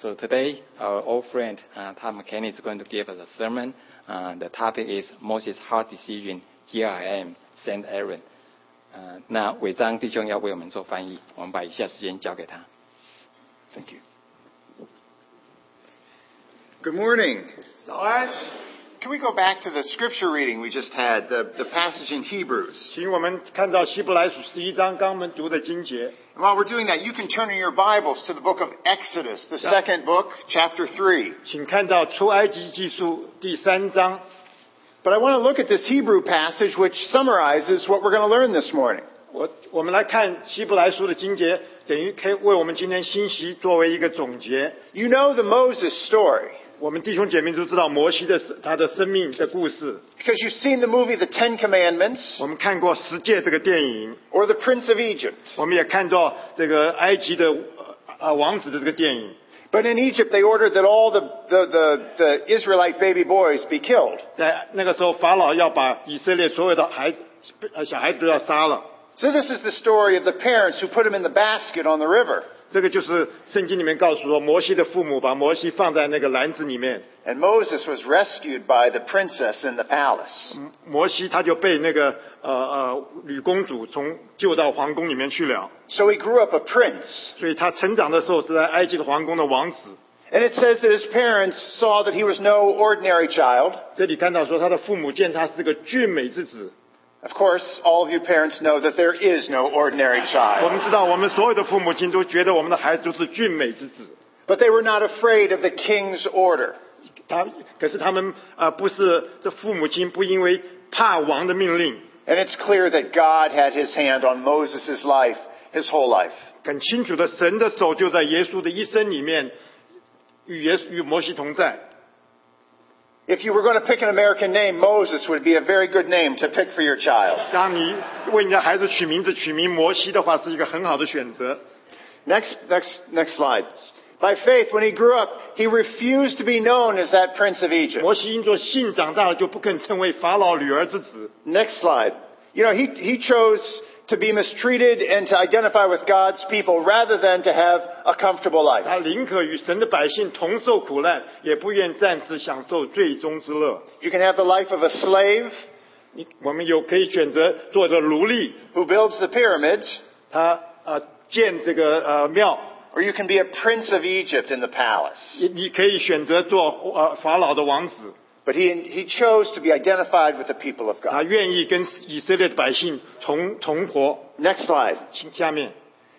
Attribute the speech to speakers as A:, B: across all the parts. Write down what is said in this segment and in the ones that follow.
A: So today, our old friend uh, Tom McKenny is going to give us a sermon. Uh, the topic is Moses' hard decision. Here I am, send Aaron. 呃，那伟章弟兄要为我们做翻译，我们把以下时间交给他。
B: Thank you. Good morning. Can we go back to the scripture reading we just had, the, the passage in Hebrews?
C: 请我们看到希伯来书十一章刚我们读的经节，
B: And while we're doing that, you can turn in your Bibles to the book of Exodus, the second book, chapter 3.
C: 请看到出埃及记书第三章。
B: But I want to look at this Hebrew passage which summarizes what we're going to learn this morning.
C: 我我们来看希伯来书的经节，等于可以为我们今天信息作为一个总结。
B: You know the Moses story
C: 我们弟兄姐妹都知道摩西的他的生命的故事，
B: because you've seen the movie The Ten Commandments
C: 我们看过《十诫》这个电影，
B: or The Prince of Egypt.
C: 我们也看到这个埃及的呃啊王子的这个电影。
B: But in Egypt, they ordered that all the, the, the, the Israelite baby boys be killed.
C: 在那个时候，法老要把以色列所有的孩子呃小孩子都要杀了。
B: So this is the story of the parents who put him in the basket on the river.
C: 这个就是圣经里面告诉我，摩西的父母把摩西放在那个篮子里面，
B: And Moses was rescued by the princess in the palace.
C: 摩西他就被那个呃呃吕公主从救到皇宫里面去了，
B: So he grew up a prince.
C: 所以他成长的时候是在埃及的皇宫的王子。
B: And it says that his parents saw that he was no ordinary child.
C: 这里看到说他的父母见他是个俊美之子，
B: Of course, all of you parents know that there is no ordinary
C: 我
B: child.
C: 们知道我们所有的父母亲都觉得我们的孩子都是俊美之子，
B: But they were not afraid of the king's order.
C: 他可是他们啊、呃不是这父母亲不因为怕王的命令，
B: And it's clear that God had his hand on Moses' life his whole life.
C: 很清楚的，神的手就在耶稣的一生里面，与耶稣与摩西同在。
B: If you were going to pick an American name, Moses would be a very good name to pick for your child.
C: 当你为你的孩子取名字取名摩西的话，是一个很好的选择。
B: Next, next, next slide. By faith, when he grew up, he refused to be known as that prince of Egypt.
C: 摩西因着信长大了，就不肯成为法老女儿之子。
B: Next slide. You know, he, he chose to be mistreated and to identify with God's people rather than to have a comfortable life.
C: 他宁可与神的百姓同受苦难，也不愿暂时享受最终之乐。
B: You can have the life of a slave
C: 你我们有可以选择做着奴隶，
B: who builds the pyramids,
C: 他啊、呃建这个呃庙，
B: or you can be a prince of Egypt in the palace.
C: 你你可以选择做呃法老的王子。
B: But he, he chose to be identified with the people of
C: 他
B: God.
C: 愿意跟以色列的百姓同同活。
B: Next slide.
C: 请下面，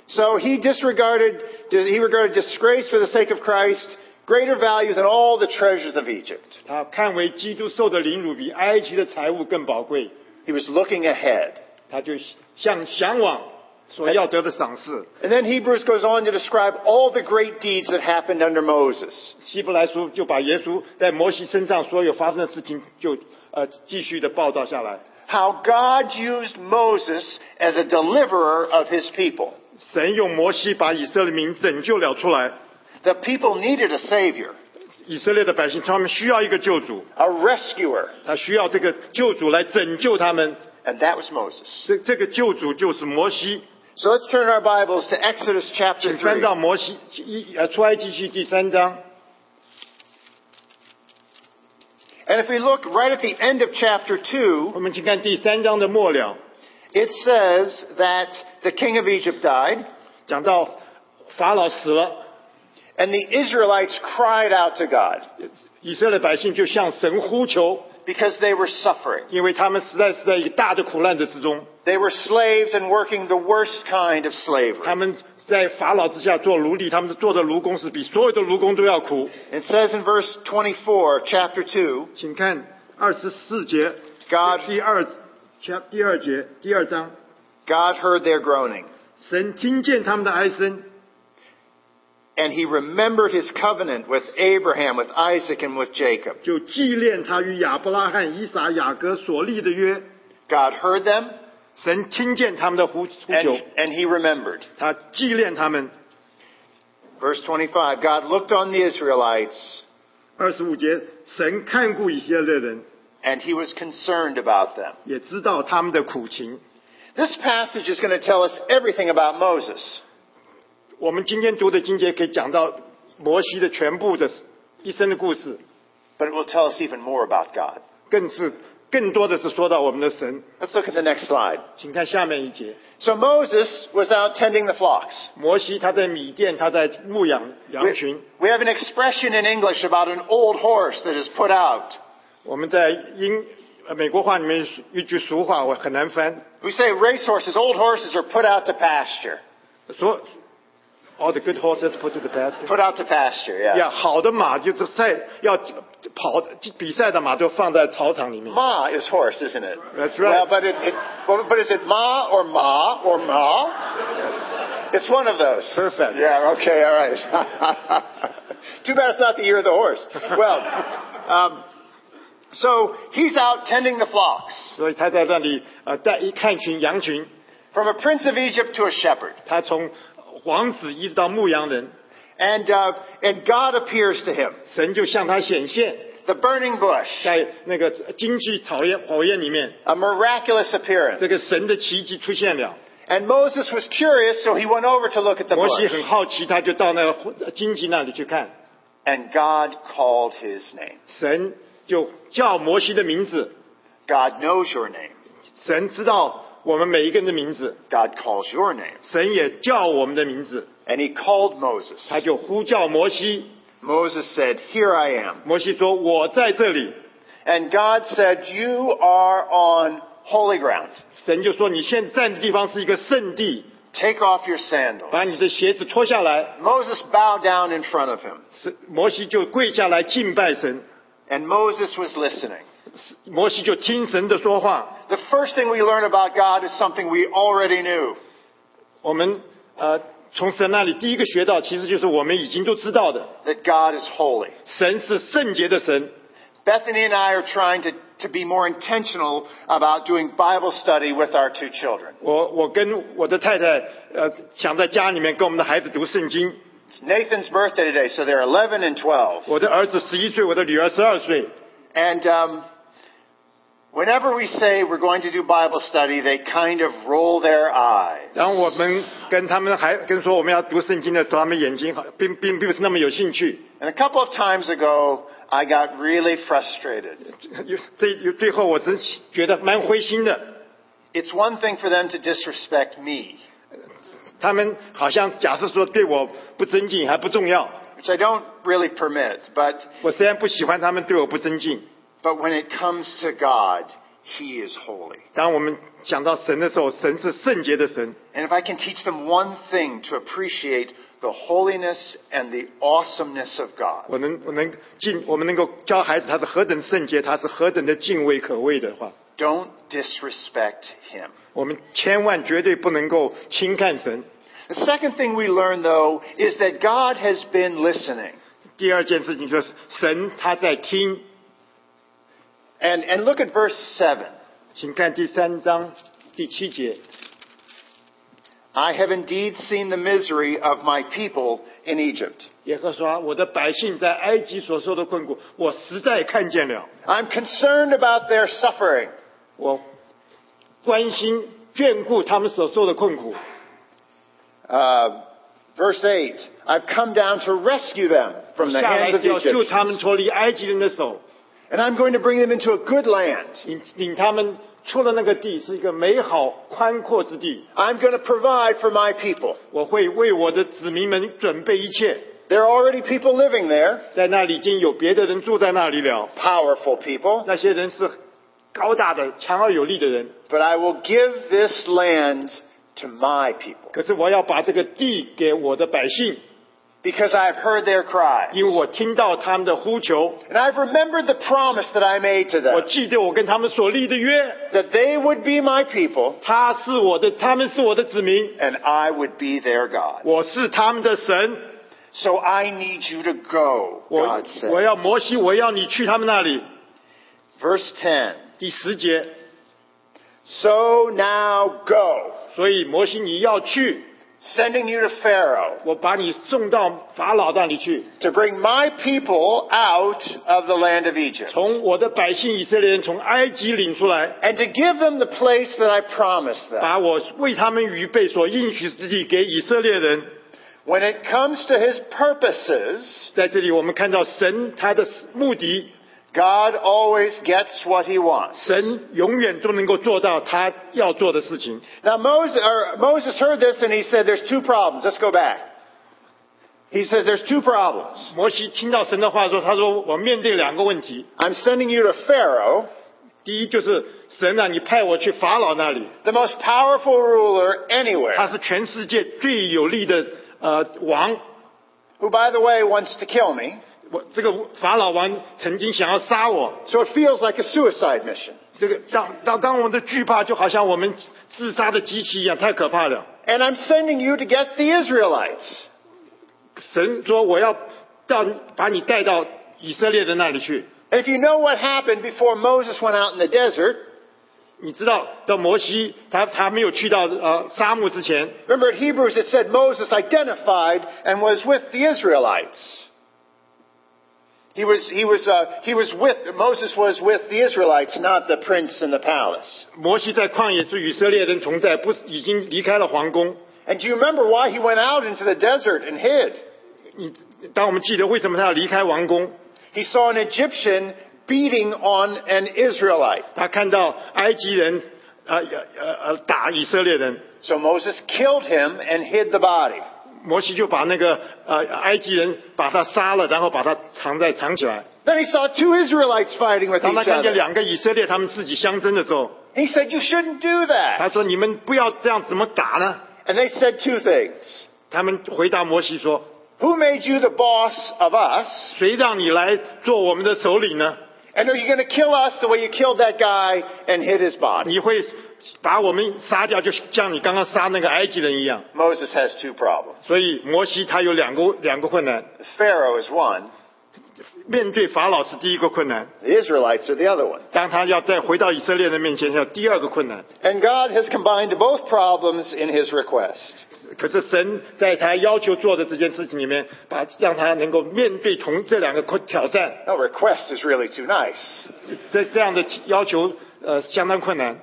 B: So he disregarded, he regarded disgrace for the sake of Christ greater value than all the treasures of Egypt.
C: 他看为基督受的凌辱比埃及的财物更宝贵，
B: He was looking ahead.
C: 他就向向往所要得的赏赐。
B: And then Hebrews goes on to describe all the great deeds that happened under Moses.
C: 希伯来书就把耶稣在摩西身上所有发生的事情就呃继续的报道下来。
B: How God used Moses as a deliverer of his people.
C: 神用摩西把以色列民拯救了出来，
B: The people needed a savior,
C: 以色列的百姓他们需要一个救主，
B: a rescuer,
C: 他需要这个救主来拯救他们。
B: and that was Moses.
C: 这这个救主就是摩西，
B: So let's turn our Bibles to Exodus
C: 请
B: chapter
C: 翻
B: 3.
C: 到摩西一呃出埃及记第三章，
B: And if we look right at the end of chapter 2,
C: 我们请看第三章的末了，
B: it says that the king of Egypt died,
C: 讲到法老死了，
B: and the Israelites cried out to God
C: 以色列百姓就向神呼求，
B: because they were suffering.
C: 因为他们实在是在一个大的苦难的之中，
B: They were slaves and working the worst kind of slavery.
C: 他们在法老之下做奴隶，他们做的奴工是比所有的奴工都要苦。
B: It says in verse 24, chapter 2,
C: 请看二十四节
B: God-
C: 第二第二第二节第二章，
B: God heard their groaning,
C: 神听见他们的哀声，
B: and he remembered his covenant with Abraham, with Isaac, and with Jacob.
C: 就纪念他与亚伯拉罕、以撒、雅各所立的约。
B: God heard them,
C: 神听见他们的呼呼
B: and,
C: 求，
B: and he remembered.
C: 他纪念他们。
B: Verse 25, God looked on the Israelites,
C: 二十五节，神看顾以色列人，
B: and he was concerned about them.
C: 也知道他们的苦情。
B: This passage is going to tell us everything about Moses.
C: 我们今天读的经节可以讲到摩西的全部的一生的故事，
B: but it will tell us even more about God.
C: 更是更多的是说到我们的神。
B: Let's look at the next slide.
C: 请看下面一节，
B: So Moses was out tending the flocks.
C: 摩西他在米店，他在牧养羊
B: We,
C: 群。
B: we have an expression in English about an old horse that is put out.
C: 我们在英呃美国话里面一句俗话，我很难翻，
B: We say race horses, old horses are put out to pasture.
C: 说 all the good horses put to the pasture。
B: Put out to pasture, yeah.
C: 呀，好的马就是赛要跑比赛的马就放在草场里面。
B: Ma is horse, isn't it?
C: That's
B: Well,
C: right.
B: but it, it well, but is it ma or ma or ma? It's one of those.
C: Perfect.
B: Yeah. Okay. All right. Too bad it's not the year of the horse. Well, um, so he's out tending the flocks
C: 所以他在那里呃带一看群羊群，
B: from a prince of Egypt to a shepherd,
C: 他从王子一直到牧羊人，
B: and uh, and God appears to him.
C: 神就向他显现，
B: The burning bush,
C: 在那个荆棘草原火焰里面，
B: a miraculous appearance,
C: 这个神的奇迹出现了。
B: and Moses was curious, so he went over to look at the
C: 摩西很
B: bush,
C: 好奇，他就到那个火荆棘那里去看，
B: and God called his name.
C: 神就叫摩西的名字，
B: God knows your name.
C: 神知道我们每一个人的名字，
B: God calls your name.
C: 神也叫我们的名字，
B: And he called Moses.
C: 他就呼叫摩西。
B: Moses said, Here I am.
C: 摩西说：“我在这里。
B: And God said, You are on holy ground. ”
C: 神就说：“你现在站的地方是一个圣地，
B: Take off your sandals.
C: 把你的鞋子脱下来，
B: Moses bowed down in front of him.
C: 神摩西就跪下来敬拜神，
B: And Moses was listening.
C: 摩西就听神的说话。
B: The first thing we learn about God is something we already knew.
C: 我们呃从神那里第一个学到，其实就是我们已经都知道的，
B: That God is holy.
C: 神是圣洁的神。
B: Bethany and I are trying to, to be more intentional about doing Bible study with our two children.
C: 我我跟我的太太呃想在家里面跟我们的孩子读圣经。
B: It's Nathan's birthday today, so they're 11 and 12.
C: 我的儿子十一岁，我的女儿十二岁。
B: And um, whenever we say we're going to do Bible study, they kind of roll their eyes.
C: 然后我们跟他们还跟说我们要读圣经的时候，他们眼睛好并并并不是那么有兴趣。
B: And a couple of times ago, I got really frustrated.
C: 有最最后我真觉得蛮灰心的。
B: It's one thing for them to disrespect me,
C: 他们好像假设说对我不尊敬还不重要，
B: which I don't really permit, but
C: 我虽然不喜欢他们对我不尊敬，
B: but when it comes to God, He is holy.
C: 当我们讲到神的时候，神是圣洁的神。
B: And if I can teach them one thing to appreciate the holiness and the awesomeness of God,
C: 我能我能敬，我们能够教孩子他是何等圣洁，他是何等的敬畏可畏的话，
B: don't disrespect Him.
C: 我们千万绝对不能够轻看神。
B: The second thing we learn, though, is that God has been listening.
C: 第二件事情就是神他在听，
B: And, and look at verse 7.
C: 请看第三章第七节，
B: I have indeed seen the misery of my people in Egypt.
C: 耶和华我的百姓在埃及所受的困苦，我实在看见了，
B: I'm concerned about their suffering.
C: 我关心眷顾他们所受的困苦。
B: Uh, verse 8. I've come down to rescue them from the
C: 下来
B: hands of
C: 要救
B: Egypt.
C: 他们脱离埃及人的手，
B: And I'm going to bring them into a good land.
C: 领领他们出了那个地，是一个美好宽阔之地。
B: I'm going to provide for my people.
C: 我会为我的子民们准备一切，
B: There are already people living there,
C: 在那里已经有别的人住在那里了。
B: powerful people.
C: 那些人是高大的、强而有力的人，
B: But I will give this land to my people
C: 可是我要把这个地给我的百姓，
B: because I've heard their cries.
C: 因为我听到他们的呼求，
B: And I've remembered the promise that I made to them.
C: 我记得我跟他们所立的约，
B: that they would be my people
C: 他是我的，他们是我的子民，
B: and I would be their God.
C: 我是他们的神。
B: So I need you to go,
C: 我
B: God
C: 我
B: said.
C: 要摩西，我要你去他们那里。
B: Verse 10.
C: 第十节，
B: So now go,
C: 所以摩西你要去，
B: sending you to Pharaoh
C: 我把你送到法老那里去，
B: to bring my people out of the land of Egypt
C: 从我的百姓以色列人从埃及领出来，
B: and to give them the
C: Ah.
B: place that I promised them.
C: 把我为他们预备所应许之地给以色列人。
B: When it comes to his purposes,
C: 在这里我们看到神他的目的，
B: God always gets what he wants.
C: 神永远都能够做到他要做的事情。
B: Now Moses, or Moses heard this and he said, there's two problems. Let's go back. He says, there's two problems.
C: 摩西听到神的话说，他说我面对两个问题，
B: I'm sending you to Pharaoh,
C: 第一就是神啊，你派我去法老那里，
B: the most powerful ruler anywhere,
C: 他是全世界最有力的呃王。
B: who by the way wants to kill me.
C: 我这个法老王曾经想要杀我，
B: So it feels like a suicide mission.
C: 这个当当当我们的惧怕就好像我们自杀的机器一样，太可怕了。
B: And I'm sending you to get the Israelites.
C: 神说我要到把你带到以色列的那里去。
B: And if you know what happened before Moses went out in the desert,
C: 你知道，到摩西他他没有去到呃沙漠之前，
B: remember in Hebrews it said Moses identified and was with the Israelites. He was, he was, uh, he was with, Moses was with the Israelites, not the prince in the palace.
C: 摩西在旷野是与以色列人同在，不是已经离开了皇宫。
B: And do you remember why he went out into the desert and hid?
C: 你当我们记得为什么他要离开王宫，
B: He saw an Egyptian beating on an Israelite.
C: 他看到埃及人呃呃呃呃打以色列人，
B: So Moses killed him and hid the body.
C: 摩西就把那个呃埃及人把他杀了，然后把他藏在藏起来。
B: Then he saw two Israelites fighting with
C: 当他
B: each
C: 看见
B: other.
C: 两个以色列他们自己相争的时候，
B: He said, You shouldn't do that.
C: 他说：“你们不要这样，怎么打呢？”
B: And they said two things
C: 他们回答摩西说
B: Who made you the boss of us?：“
C: 谁让你来做我们的首领呢？
B: And are you going to kill us the way you killed that guy and hid his body?
C: 你会把我们杀掉，就像你刚刚杀那个埃及人一样。
B: Moses has two problems. ”
C: 所以摩西他有两个两个困难，
B: Pharaoh is one,
C: 面对法老是第一个困难，
B: the Israelites are the other one.
C: 当他要再回到以色列人面前，要第二个困难。
B: And God has combined both problems in his request.
C: 可是神在他要求做的这件事情里面，把让他能够面对同这两个困挑战，
B: No, request is really too nice.
C: 这这样的要求呃相当困难。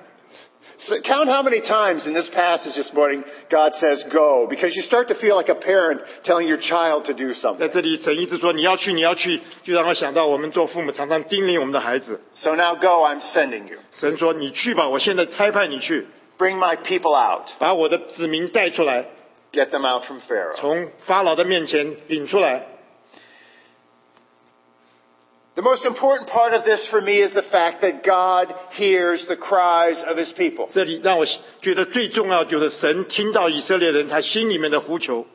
B: So count how many times in this passage this morning God says go, because you start to feel like a parent telling your child to do
C: 在
B: something.
C: 这里，神一直说你要去，你要去，就让我想到我们做父母常常叮咛我们的孩子。
B: So now go, I'm sending you.
C: 神说：“你去吧，我现在差派你去，
B: Bring my people out.
C: 把我的子民带出来，
B: Get them out from Pharaoh.
C: 从法老的面前领出来。
B: The most important part of this for me is the fact that God hears the cries of his people. ”
C: 这里让我觉得最重要就是神听到以色列人他心里面的呼求。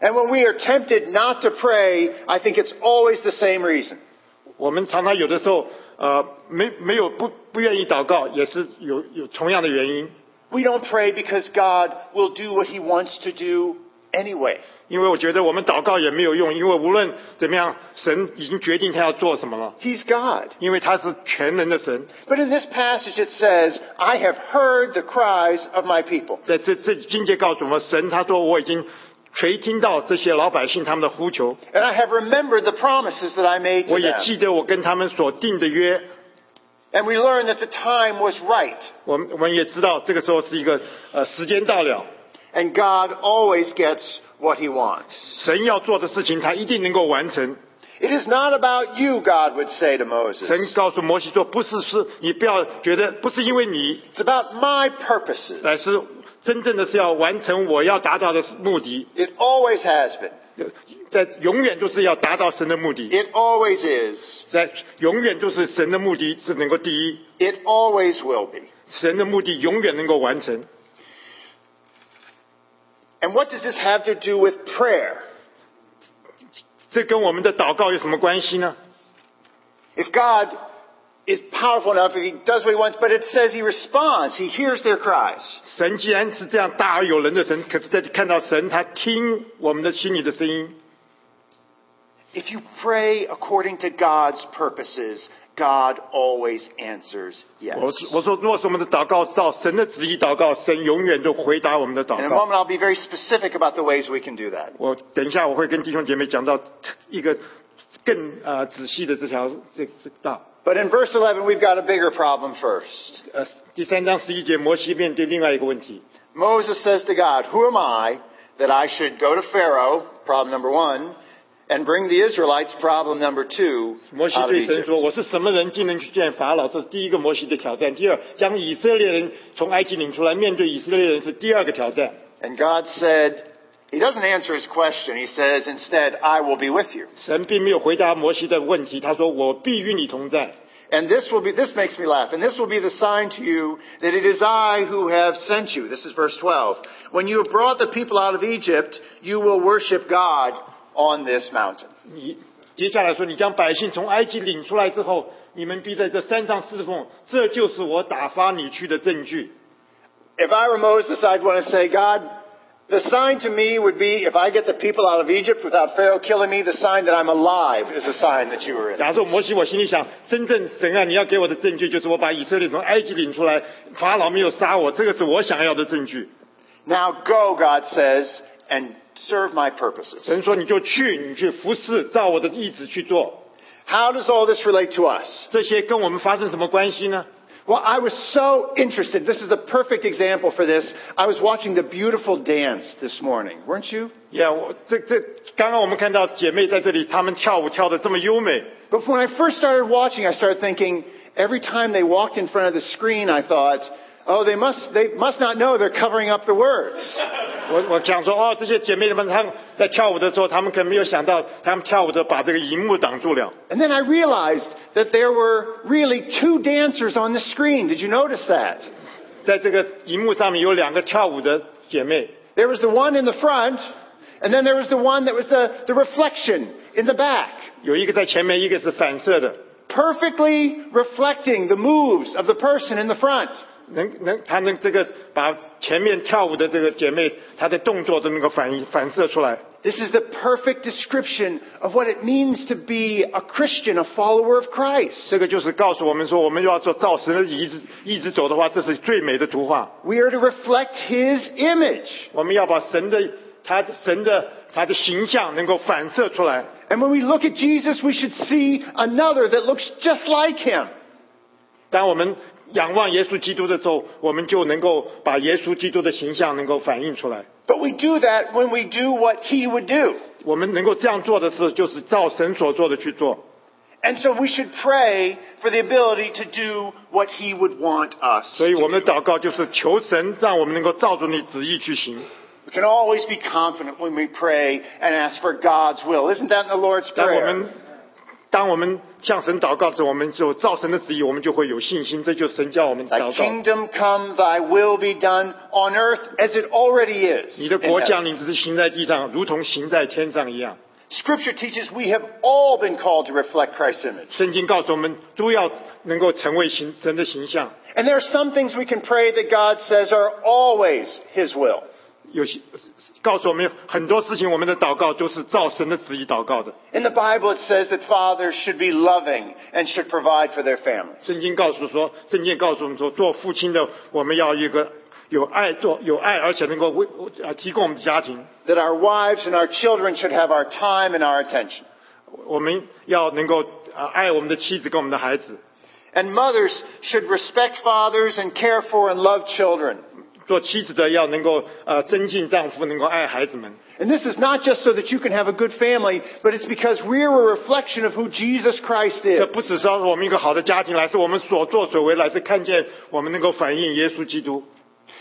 B: And when we are tempted not to pray, I think it's always the same reason.
C: 我们常常有的时候，呃，没没有不不愿意祷告，也是有有同样的原因，
B: We don't pray because God will do what he wants to do anyway.
C: 因为我觉得我们祷告也没有用，因为无论怎么样，神已经决定他要做什么了，
B: He's God.
C: 因为他是全能的神。
B: But in this passage it says, I have heard the cries of my people.
C: 在这这境界告诉我们，神他说我已经垂听到这些老百姓他们的呼求，
B: And I have remembered the promises that I made to
C: 我也
B: them.
C: 记得我跟他们所定的约。
B: And we learn that the time was right.
C: 我们我们也知道这个时候是一个呃时间到了，
B: And God always gets what he wants.
C: 神要做的事情他一定能够完成。
B: It is not about you, God would say to Moses.
C: 神告诉摩西说，不是是你不要觉得不是因为你
B: It's about my purposes.
C: 乃是真正的是要完成我要达到的目的，
B: It always has been.
C: 在永远都是要达到神的目的，
B: It always is.
C: 在永远都是神的目的是能够第一，
B: It always will be.
C: 神的目的永远能够完成。
B: And what does this have to do with prayer?
C: 这跟我们的祷告有什么关系呢？
B: If God is powerful enough, if he does what he wants, but it says he responds, he hears their cries.
C: 神既然是这样大而有人的神，可是在看到神，他听我们的心里的声音。
B: If you pray according to God's purposes, God always answers yes.
C: 我我说，若是我们的祷告照神的旨意祷告，神永远都回答我们的
B: In
C: 祷
B: a
C: 告。
B: moment, I'll be very specific about the ways we can do that.
C: 我等一下我会跟弟兄姐妹讲到一个更呃仔细的这条这这道。
B: But in verse 11, we've got a bigger problem first.
C: 呃，第三章十一节，摩西面对另外一个问题，
B: Moses says to God, Who am I that I should go to Pharaoh, problem number one, and bring the Israelites, problem number two,
C: 摩西
B: out of
C: 对神
B: Egypt.
C: 说：“我是什么人，竟能去见法老？”这是第一个摩西的挑战。第二，将以色列人从埃及领出来，面对以色列人是第二个挑战。
B: And God said, He doesn't answer his question. He says, instead, I will be with you.
C: 神并没有回答摩西的问题，他说：“我必与你同在。
B: And this will be, this makes me laugh, and this will be the sign to you that it is I who have sent you. This is verse 12. When you have brought the people out of Egypt, you will worship God on this mountain. ”
C: 你接下来说：“你将百姓从埃及领出来之后，你们必在这山上侍奉，这就是我打发你去的证据。
B: If I were Moses, I'd want to say, God, the sign to me would be if I get the people out of Egypt without Pharaoh killing me, the sign that I'm alive is a sign that you were in.
C: 假如说摩西，我心里想，真正神啊，你要给我的证据就是我把以色列从埃及领出来，法老没有杀我，这个是我想要的证据。
B: Now go, God says, and serve my purposes.
C: 神说：“你就去，你去服侍，照我的意志去做。
B: How does all this relate to us? ”
C: 这些跟我们发生什么关系呢？
B: Well, I was so interested. This is the perfect example for this. I was watching the beautiful dance this morning, weren't you?
C: 呀、我这这刚刚我们看到姐妹在这里，她们跳舞跳得这么优美。
B: But when I first started watching, I started thinking every time they walked in front of the screen, I thought, oh, they must, they must not know they're covering up the words.
C: 我我想说，哦，这些姐妹们她们在跳舞的时候，她们可能没有想到，她们跳舞的把这个荧幕挡住了。
B: And then I realized that there were really two dancers on the screen. Did you notice that?
C: 在这个荧幕上面有两个跳舞的姐妹，
B: There was the one in the front, and then there was the one that was the, the reflection in the back,
C: 有一个在前面，一个是反射的，
B: perfectly reflecting the moves of the person in the front.
C: 能能，她能这个把前面跳舞的这个姐妹她的动作都能够反反射出来。
B: This is the perfect description of what it means to be a Christian, a follower of Christ.
C: 这个就是告诉我们说，我们要做造神的一直一直走的话，这是最美的图画。
B: We are to reflect His image.
C: 我们要把神的他神的他的形象能够反射出来。
B: And when we look at Jesus, we should see another that looks just like Him.
C: 当我们仰望耶稣基督的时候，我们就能够把耶稣基督的形象能够反映出来。
B: But we do that when we do what He would do.
C: 我们能够这样做的事，就是照神所做的去做。
B: And so we should pray for the ability to do what He would want us.
C: 所以
B: to
C: 我们
B: do.
C: 的祷告就是求神让我们能够照着你旨意去行。
B: We can always be confident when we pray and ask for God's will. Isn't that in the Lord's
C: 当我
B: Prayer?
C: 们当我们向神祷告的时候，我们就照神的旨意，我们就会有信心。这就是神叫我们
B: Thy
C: 祷告。
B: kingdom come, thy will be done on earth as it already is.
C: 你的
B: in
C: 国
B: heaven.
C: 降临，只是行在地上，如同行在天上一样。
B: Scripture teaches we have all been called to reflect Christ's image.
C: 圣经告诉我们，都要能够成为形神的形象。
B: And there are some things we can pray that God says are always His will.
C: 有些告诉我们很多事情，我们的祷告都是照神的旨意祷告的。
B: In the Bible, it says that fathers should be loving and should provide for their families.
C: 圣经告诉说，圣经告诉我们说，做父亲的我们要一个有爱做有爱，而且能够为啊提供我们的家庭，
B: that our wives and our children should have our time and our attention.
C: 我们要能够啊爱我们的妻子跟我们的孩子。
B: And mothers should respect fathers and care for and love children.
C: 做妻子的要能够呃增进丈夫，能够爱孩子们。
B: And this is not just so that you can have a good family, but it's because we're a reflection of who Jesus Christ is.
C: 这不只是让我们一个好的家庭来，是我们所作所为来，是看见我们能够反映耶稣基督。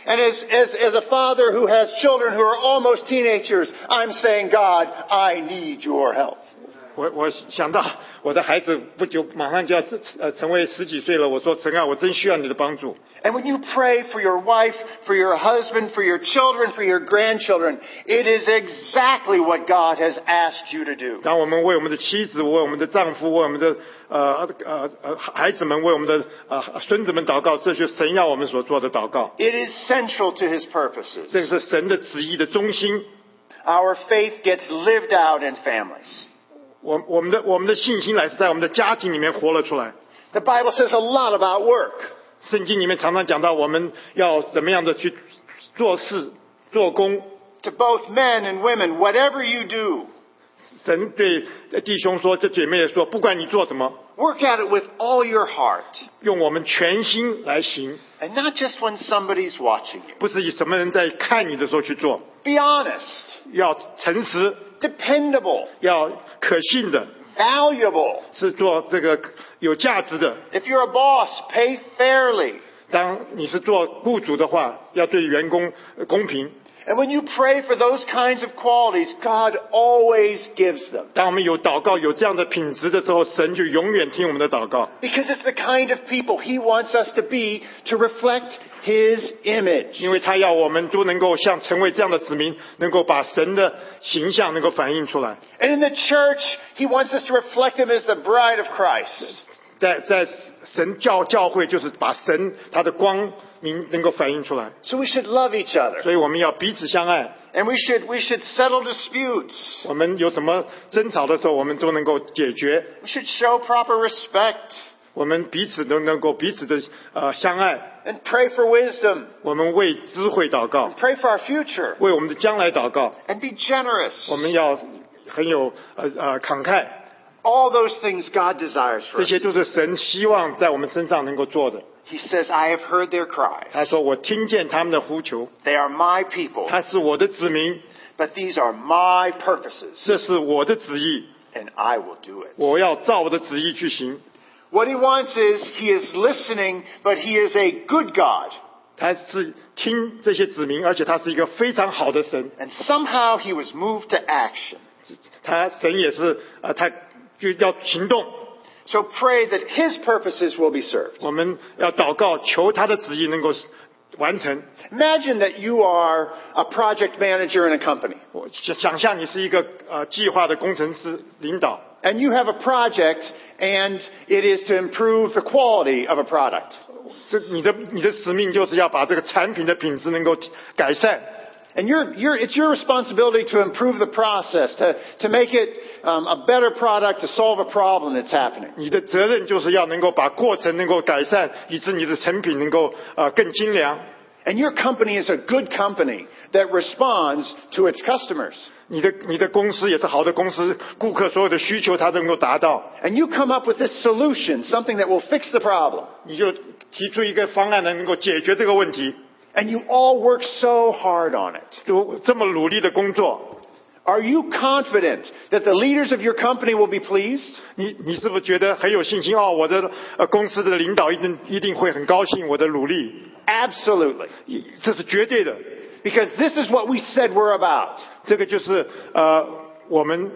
B: And as, as, as a father who has children who are almost teenagers, I'm saying, God, I need your help.
C: 我我想到我的孩子不久马上就要是呃成为十几岁了，我说神啊，我真需要你的帮助。
B: And when you pray for your wife, for your husband, for your children, for your grandchildren, it is exactly what God has asked you to do.
C: 当我们为我们的妻子、为我们的丈夫、为我们的呃呃呃孩子们、为我们的呃孙子们祷告，这就是神要我们所做的祷告。
B: It is central to his purposes.
C: 这是神的旨意的中心。
B: Our faith gets lived out in families.
C: 我我们的我们的信心乃是在我们的家庭里面活了出来。
B: The Bible says a lot about work.
C: 圣经里面常常讲到我们要怎么样的去做事、做工。
B: To both men and women, whatever you do,
C: 神对弟兄说，这姐妹也说，不管你做什么，
B: Work at it with all your heart,
C: 用我们全心来行，
B: and not just when somebody's watching you.
C: 不是以什么人在看你的时候去做，
B: Be honest,
C: 要诚实，
B: dependable,
C: 要可信的，
B: valuable.
C: 是做这个有价值的。
B: If you're a boss, pay fairly.
C: 当你是做雇主的话，要对员工呃公平。
B: And when you pray for those kinds of qualities, God always gives them.
C: 当我们有祷告有这样的品质的时候，神就永远听我们的祷告，
B: Because it's the kind of people He wants us to be to reflect His image.
C: 因为他要我们都能够像成为这样的子民，能够把神的形象能够反映出来。
B: And in the church, He wants us to reflect Him as the bride of Christ.
C: 在在神教教会就是把神他的光明能够反映出来，
B: So we should love each other.
C: 所以我们要彼此相爱。
B: And we should, we should settle disputes.
C: 我们有什么争吵的时候，我们都能够解决，
B: We should show proper respect.
C: 我们彼此都能够彼此的呃相爱。
B: And pray for wisdom.
C: 我们为智慧祷告，
B: Pray for our future.
C: 为我们的将来祷告，
B: And be generous.
C: 我们要很有呃呃慷慨，
B: All those things God desires for
C: 这
B: us.
C: 些就是神希望在我们身上能够做的。
B: He says, I have heard their cries.
C: 他说：“我听见他们的呼求，
B: They are my people,
C: 他是我的子民，
B: but these are my purposes,
C: 这是我的旨意，
B: and I will do it.
C: 我要照我的旨意去行。
B: What he wants is he is listening, but he is a good God. ”
C: 他是听这些子民，而且他是一个非常好的神。
B: And somehow he was moved to action.
C: 他神也是啊、呃他就要行动。
B: So pray that his purposes will be served.
C: 我们要祷告，求他的旨意能够完成。
B: Imagine that you are a project manager in a company,
C: 我想想象你是一个呃计划的工程师领导，
B: and you have a project, and it is to improve the quality of a product.
C: 这你的你的使命就是要把这个产品的品质能够改善，
B: And you're, you're, it's your responsibility to improve the process, to, to make it um, a better product, to solve a problem that's happening.
C: 你的责任就是要能够把过程能够改善，以致你的成品能够呃更精良。
B: And your company is a good company that responds to its customers.
C: 你的你的公司也是好的公司，顾客所有的需求它都能够达到，
B: And you come up with this solution, something that will fix the problem.
C: 你就提出一个方案呢，能够解决这个问题。
B: And you all work so hard on it.
C: 就这么努力的工作，
B: Are you confident that the leaders of your company will be pleased?
C: 你你是不是觉得很有信心哦？我的呃公司的领导一定一定会很高兴我的努力，
B: Absolutely.
C: 一这是绝对的。
B: Because this is what we said we're about
C: 这个就是呃我们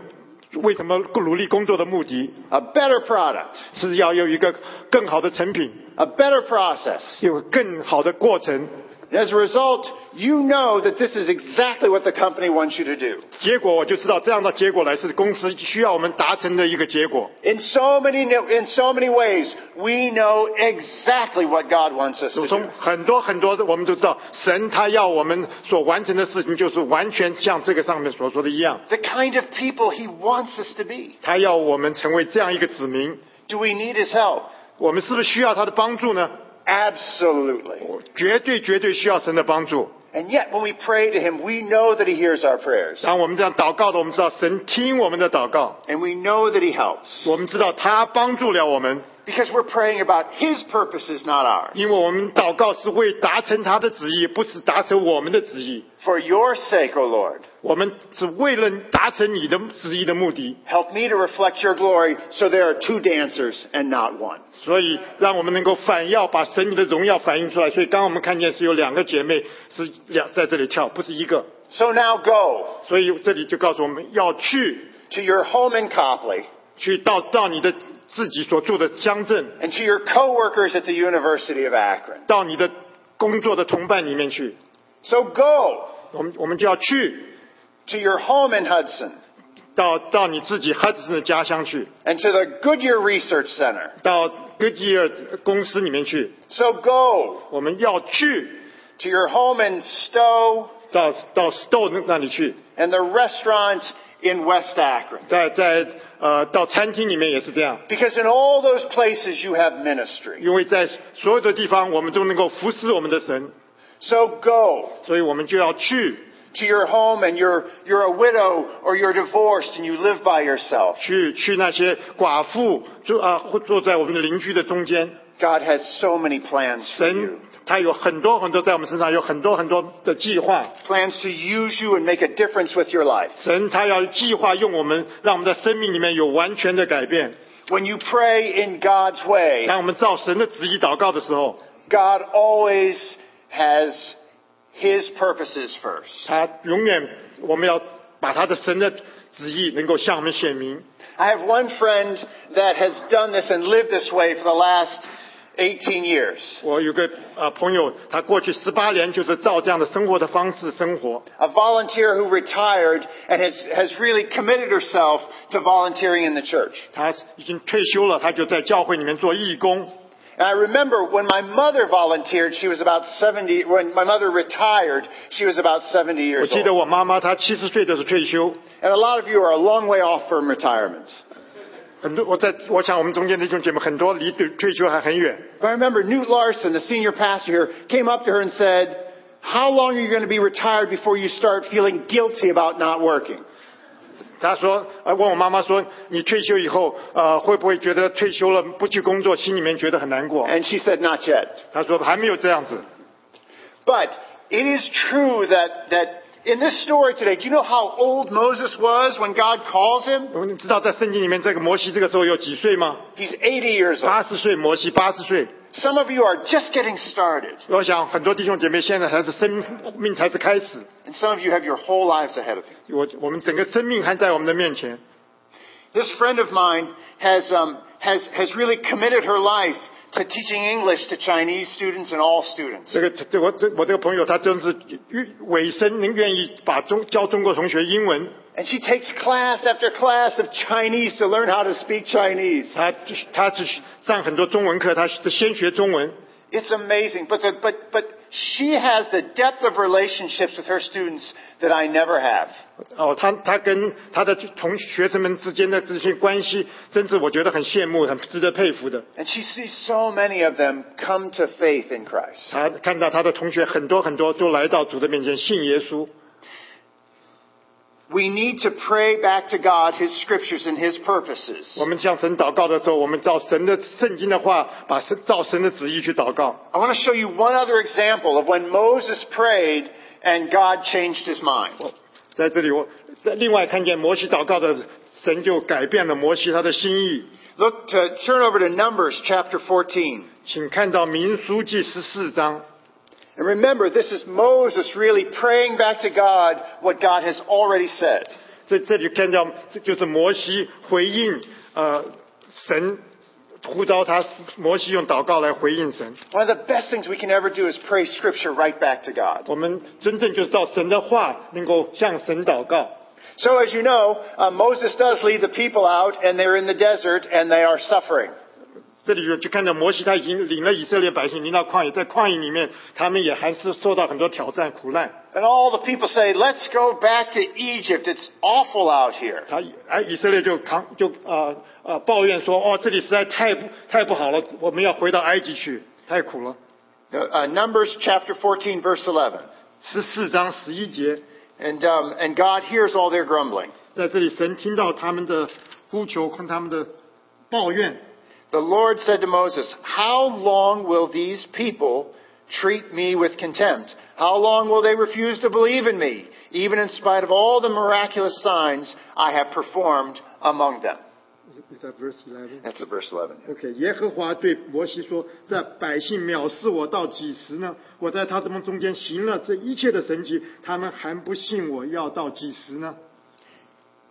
C: 为什么努力工作的目的，
B: a better product,
C: 是要有一个更好的成品，
B: a better process.
C: 有更好的过程。
B: As a result, you know that this is exactly what the company wants you to do.
C: 结果我就知道这样的结果来是公司需要我们达成的一个结果。
B: In so many, in so many ways, we know exactly what God wants us to
C: 从
B: do.
C: 很多很多的我们都知道，神他要我们所完成的事情，就是完全像这个上面所说的一样，
B: The kind of people He wants us to be.
C: 他要我们成为这样一个子民。
B: Do we need His help?
C: 我们是不是需要他的帮助呢？
B: Absolutely.
C: 绝对绝对需要神的帮助。
B: And yet, when we pray to Him, we know that He hears our prayers.
C: 当我们这样祷告的，我们知道神听我们的祷告，
B: And we know that He helps.
C: 我们知道他帮助了我们，
B: Because we're praying about His purposes, not ours.
C: 因为我们祷告是为达成他的旨意，不是达成我们的旨意。
B: For your sake, O Lord,
C: 我们是为了达成你的旨意的目的，
B: help me to reflect your glory so there are two dancers and not one.
C: 所以让我们能够反耀，把神你的荣耀反映出来。所以刚刚我们看见是有两个姐妹是两在这里跳，不是一个。
B: So now go
C: 所以这里就告诉我们要去，
B: to your home in Copley
C: 去到到你的自己所住的乡镇，
B: and to your coworkers at the University of Akron.
C: 到你的工作的同伴里面去。
B: So go
C: 我们我们就要去
B: to your home in Hudson
C: 到到你自己 Hudson 的家乡去，
B: and to the Goodyear Research Center.
C: 到 Goodyear 公司里面去。
B: So go
C: 我们要去
B: to your home in Stowe
C: 到到 Stone 那里去，
B: and the restaurant in West Akron.
C: 在在呃到餐厅里面也是这样，
B: Because in all those places you have ministry.
C: 因为在所有的地方我们都能够服侍我们的神，
B: So go
C: 所以我们就要去
B: to your home and you're, you're a widow or you're divorced and you live by yourself.
C: 去去那些寡妇坐啊或坐在我们的邻居的中间。
B: God has so many plans for
C: 神
B: you.
C: 他有很多很多在我们身上有很多很多的计划。
B: Plans to use you and make a difference with your life.
C: 神他要计划用我们，让我们在生命里面有完全的改变。
B: When you pray in God's way,
C: 当我们照神的旨意祷告的时候，
B: God always has His purposes first.
C: 他永远我们要把他的神的旨意能够向我们显明。
B: I have one friend that has done this and lived this way for the last 18 years.
C: 我有个啊朋友，他过去十八年就是照这样的生活的方式生活。
B: A volunteer who retired and has, has really committed herself to volunteering in the church.
C: 他已经退休了，他就在教会里面做义工。
B: And I remember when my mother volunteered, she was about 70, when my mother retired, she was about 70
C: 我
B: years
C: 记得
B: old.
C: 我妈妈她七十岁的时候退休，
B: And a lot of you are a long way off from retirement.
C: 很多我在我想我们中间的弟兄姐妹很多离退退休还很远。
B: But I remember Newt Larson, the senior pastor here, came up to her and said, how long are you going to be retired before you start feeling guilty about not working?
C: 他说，呃，问我妈妈说，你退休以后，呃，会不会觉得退休了不去工作，心里面觉得很难过？
B: And she said, not yet.
C: 他说还没有这样子。
B: But it is true that, that in this story today, do you know how old Moses was when God calls him?
C: 我们知道在圣经里面，这个摩西这个时候有几岁吗？
B: He's 80 years old.
C: 八十岁，摩西八十岁。
B: Some of you are just getting started,
C: 我想很多弟兄姐妹现在才是生命才是开始，
B: and some of you have your whole lives ahead of you.
C: 我我们整个生命还在我们的面前。
B: This friend of mine has, um, has, has really committed her life to teaching English to Chinese students and all students.
C: 这个这我这我这个朋友他真是尾声能愿意把中教中国同学英文，
B: And she takes class after class of Chinese to learn how to speak Chinese.
C: 他他是上很多中文课，他是先学中文。
B: It's amazing. But, the, but, but she has the depth of relationships with her students that I never have.
C: 哦，他他跟他的同学生们之间的这些关系，真是我觉得很羡慕、很值得佩服的。
B: And she sees so many of them come to faith in Christ.
C: 他看到他的同学很多很多都来到主的面前信耶稣，
B: We need to pray back to God His scriptures and His purposes.
C: 我们向神祷告的时候，我们照神的圣经的话，把神照神的旨意去祷告。
B: I want to show you one other example of when Moses prayed and God changed his mind.
C: 在这里我，在另外看见摩西祷告的，神就改变了摩西他的心意。
B: Look to turn over to Numbers chapter 14.
C: 请看到民书记十四章，
B: And remember, this is Moses really praying back to God what God has already said.
C: 这这里看到这就是摩西回应呃神呼召他，摩西用祷告来回应神。
B: One of the best things we can ever do is pray scripture right back to God.
C: 我们真正就是照神的话，能够向神祷告。
B: So as you know, uh, Moses does lead the people out and they're in the desert and they are suffering.
C: 这里就就看到摩西他已经领了以色列百姓，领到旷野，在旷野里面，他们也还是受到很多挑战苦难。
B: And all the people say, let's go back to Egypt. It's awful out here.
C: 他哎，以色列就扛就啊啊、呃抱怨说，哦，这里实在太不太不好了，我们要回到埃及去，太苦了。
B: Uh, Numbers chapter 14, verse 11.
C: 十四章十一节，
B: And, um, and God hears all their grumbling.
C: 在这里神听到他们的呼求和他们的抱怨，
B: The Lord said to Moses, How long will these people treat me with contempt? How long will they refuse to believe in me, even in spite of all the miraculous signs I have performed among them?
C: Is that verse 11?
B: That's the verse 11.
C: OK，耶和华对摩西说：“这百姓藐视我到几时呢？我在他们中间行了这一切的神迹，他们还不信我，要到几时呢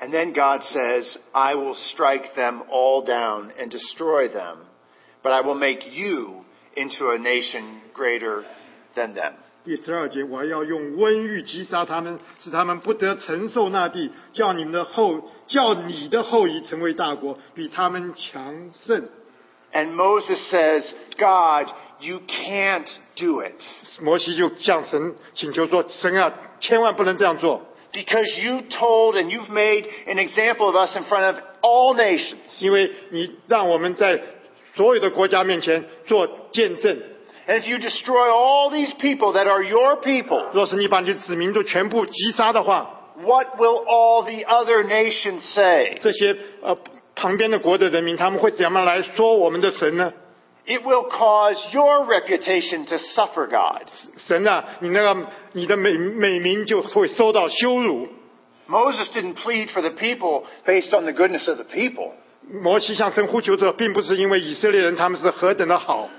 B: And then God says, I will strike them all down and destroy them, but I will make you into a nation greater than them.？”
C: 第十二节，我要用瘟疫击杀他们，使他们不得承受那地，叫你们的后，叫你的后裔成为大国，比他们强盛。
B: And Moses says, God, you can't do it
C: 摩西就向神请求说：“神啊，千万不能这样做，
B: because you told and you've made an example of us in front of all nations.
C: 因为你让我们在所有的国家面前做见证，
B: and if you destroy all these people that are your people,
C: 若是你把你的子民都全部击杀的话，
B: what will all the other nations say?
C: 这些呃旁边的国的人民他们会怎么来说我们的神呢？
B: It will cause your reputation to suffer, God.
C: 神啊，你那个你的美美名就会受到羞辱。
B: Moses didn't plead for the people based on the goodness of the people.
C: 摩西向神呼求者，并不是因为以色列人他们是何等的好，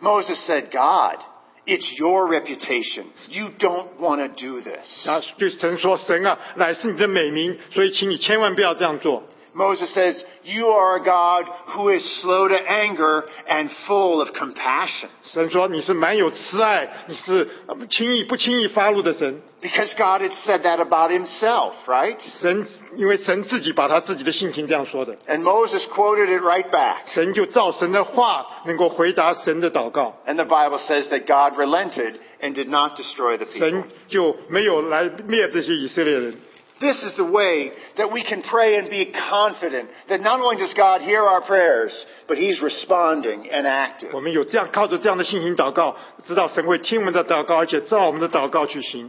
B: Moses said, God, it's your reputation. You don't want to do this.
C: 啊，对神说：“神啊，乃是你的美名，所以请你千万不要这样做。
B: Moses says, You are a God who is slow to anger and full of compassion. ”
C: 神说：“你是蛮有慈爱，你是呃不轻易不轻易发怒的神。
B: Because God had said that about himself, right? ”
C: 神因为神自己把他自己的性情这样说的，
B: And Moses quoted it right back.
C: 神就照神的话能够回答神的祷告，
B: And the Bible says that God relented and did not destroy the people.
C: 神就没有来灭这些以色列人。
B: This is the way that we can pray and be confident that not only does God hear our prayers, but He's responding and active.
C: 我们有这样靠着这样的信心祷告，知道神会听我们的祷告，而且照我们的祷告去行。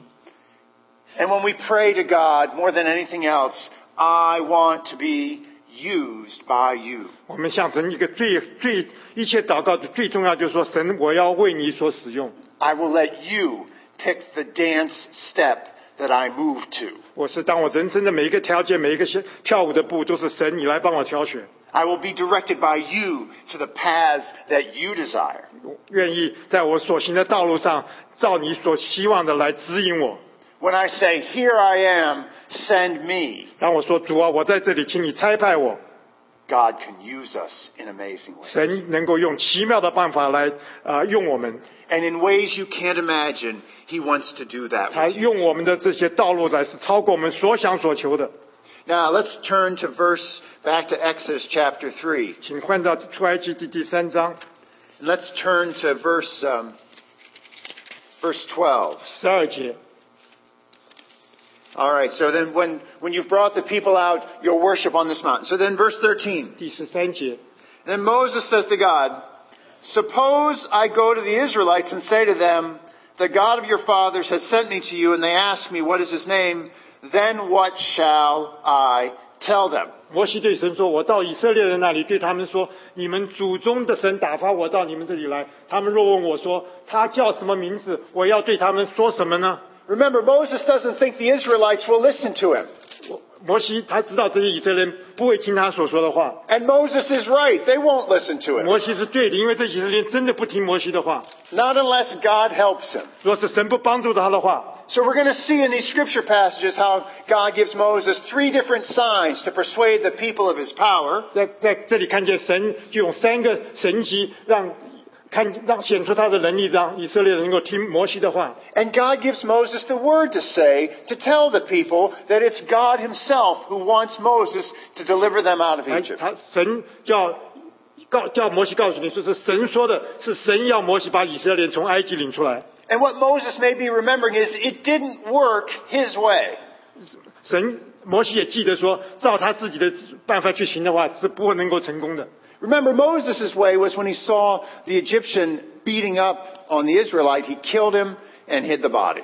B: And when we pray to God more than anything else, I want to be used by you.
C: 我们向神一个最最一切祷告的最重要就是说，神，我要为你所使用，
B: I will let you pick the dance step that I move to.
C: 我是当我人生的每一个条件、每一个跳跳舞的步都是神，你来帮我挑选，
B: I will be directed by you to the paths that you desire.
C: 我愿意在我所行的道路上，照你所希望的来指引我。
B: When I say, Here I am, send me,
C: 当我说主啊，我在这里，请你差派我，
B: God can use us in amazing ways.
C: 神能够用奇妙的办法来啊、呃用我们，
B: And in ways you can't imagine, He wants to do that.
C: 他
B: With you.
C: 用我们的这些道路来是超过我们所想所求的。
B: Now let's turn to verse, back to Exodus chapter 3.
C: 请换到出埃及记第三章
B: Let's turn to verse, um, verse 12.
C: 十二节。
B: All right, so then when, when you've brought the people out, you'll worship on this mountain. So then verse 13.
C: 第十三节，
B: Then Moses says to God, Suppose I go to the Israelites and say to them, The God of your fathers has sent me to you, and they ask me, What is his name? Then what shall I tell them?
C: 摩西对神说：“我到以色列人那里，对他们说，你们祖宗的神打发我到你们这里来。他们若问我说他叫什么名字，我要对他们说什么呢
B: Remember, Moses doesn't think the Israelites will listen to him.？”
C: 我摩西他知道这些以色列人不会听他所说的话。
B: And Moses is right. They won't listen to him.
C: 摩西是对的，因为这以色列人真的不听摩西的话。
B: Not unless God helps him.
C: 若是神不帮助他的话，
B: So we're going to see in these scripture passages how God gives Moses three different signs to persuade the people of his power.
C: 在在这里看见神就用三个神迹让看让显出他的能力，让以色列人能够听摩西的话。
B: And God gives Moses the word to say, to tell the people that it's God himself who wants Moses to deliver them out of
C: 哎
B: Egypt.
C: 他神叫告叫摩西告诉你说是神说的，是神要摩西把以色列人从埃及领出来。
B: And what Moses may be remembering is it didn't work his way.
C: 神摩西也记得说，照他自己的办法去行的话，是不能够成功的。
B: Remember, Moses' way was when he saw the Egyptian beating up on the Israelite, he killed him and hid the body.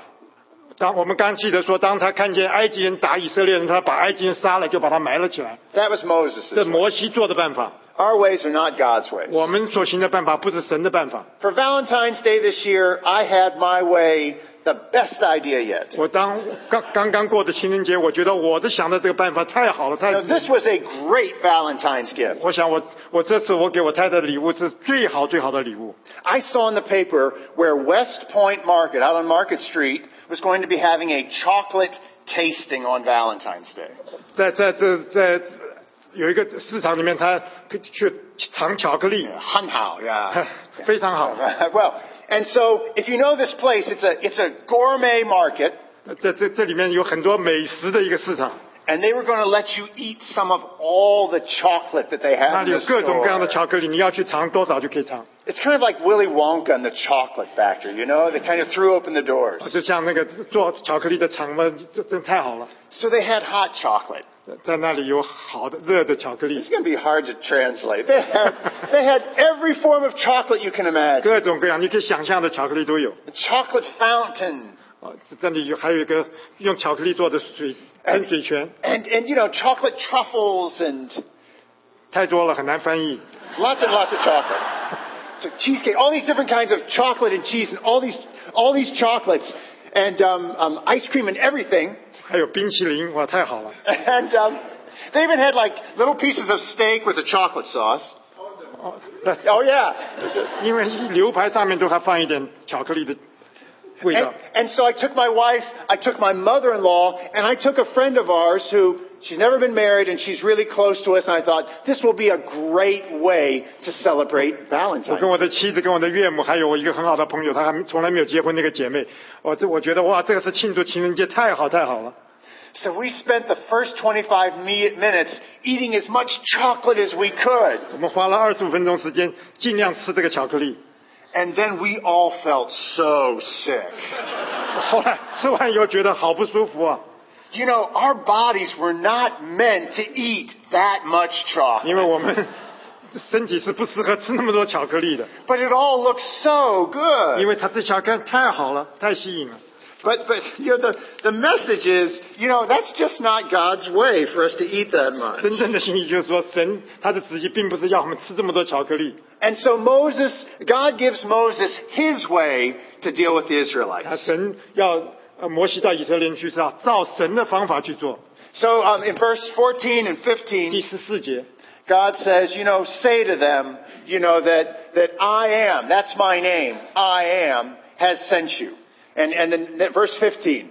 C: 当我们刚记得说，当他看见埃及人打以色列人，他把埃及人杀了，就把他埋了起来。
B: That was Moses'
C: 这
B: way.
C: 摩西做的办法，
B: Our ways are not God's ways.
C: 我们所行的办法不是神的办法。
B: For Valentine's Day this year, I had my way, the best idea yet.
C: 我当刚刚刚过的情人节，我觉得我的想的这个办法太好了，太
B: Now, this was a great Valentine's gift.
C: 我想我我这次我给我太太的礼物是最好最好的礼物。
B: I saw in the paper where West Point Market out on Market Street was going to be having a chocolate tasting on Valentine's Day.
C: 在在这在有一个市场里面，他去尝巧克力，哎
B: Hunhao, yeah.
C: 非常好。
B: well, and so if you know this place, it's a, it's a gourmet market,
C: 在这这里面有很多美食的一个市场，
B: and they were going to let you eat some of all the chocolate that they
C: 那
B: have
C: 里
B: in
C: 有
B: the
C: 各种各样的
B: store.
C: 巧克力，你要去尝多少就可以尝。
B: It's kind of like Willy Wonka and the Chocolate Factory, you know? They kind of threw open the doors.
C: 就像那个做巧克力的厂们，这真太好了。
B: So they had hot chocolate.
C: 在那里有好的热的巧克力
B: It's，going to be hard to translate. They had, they had every form of chocolate you can imagine.
C: 各种各样你可以想象的巧克力都有。
B: The chocolate fountain.
C: 啊，这这里有还有一个用巧克力做的水喷水泉，
B: And, and, you know, chocolate truffles and
C: 太多了很难翻译。
B: lots and lots of chocolate. So cheesecake, all these different kinds of chocolate and cheese and all these, all these chocolates and um, um, ice cream and everything.
C: 还有冰淇淋，哇，太好了！
B: And um, they even had like little pieces of steak with a chocolate sauce.
C: 哦，那
B: Oh, yeah.
C: 因为牛排上面都还放一点巧克力的味
B: And,
C: 道。
B: and so I took my wife, I took my mother-in-law, and I took a friend of ours who she's never been married and she's really close to us. And I thought this will be a great way to celebrate
C: 我
B: Valentine's.
C: 跟我的妻子、跟我的岳母，还有我一个很好的朋友，她还从来没有结婚那个姐妹，我这我觉得哇，这个是庆祝情人节，太好太好了。
B: So we spent the first 25 mi- minutes eating as much chocolate as we could,
C: 我们花了二十五分钟时间，尽量吃这个巧克力。
B: and then we all felt so sick.
C: 后来吃完以后觉得好不舒服啊，
B: You know, our bodies were not meant to eat that much chocolate,
C: 因为我们身体是不适合吃那么多巧克力的，
B: but it all looked so
C: 因
B: good.
C: 为它这巧克力太好了，太吸引了。
B: But, but you know, the, the message is, you know, that's just not God's way for us to eat that much.
C: 真正的心意就是说，神他的旨意并不是要我们吃这么多巧克力，
B: And so Moses, God gives Moses his way to deal with the
C: 他
B: Israelites.
C: 神要呃摩西到以色列人去是要照神的方法去做。
B: So um, in verse 14 and 15,
C: 第十四节，
B: God says, you know, say to them, you know, that, that I am, that's my name, I am, has sent you. And, and then that- verse 15,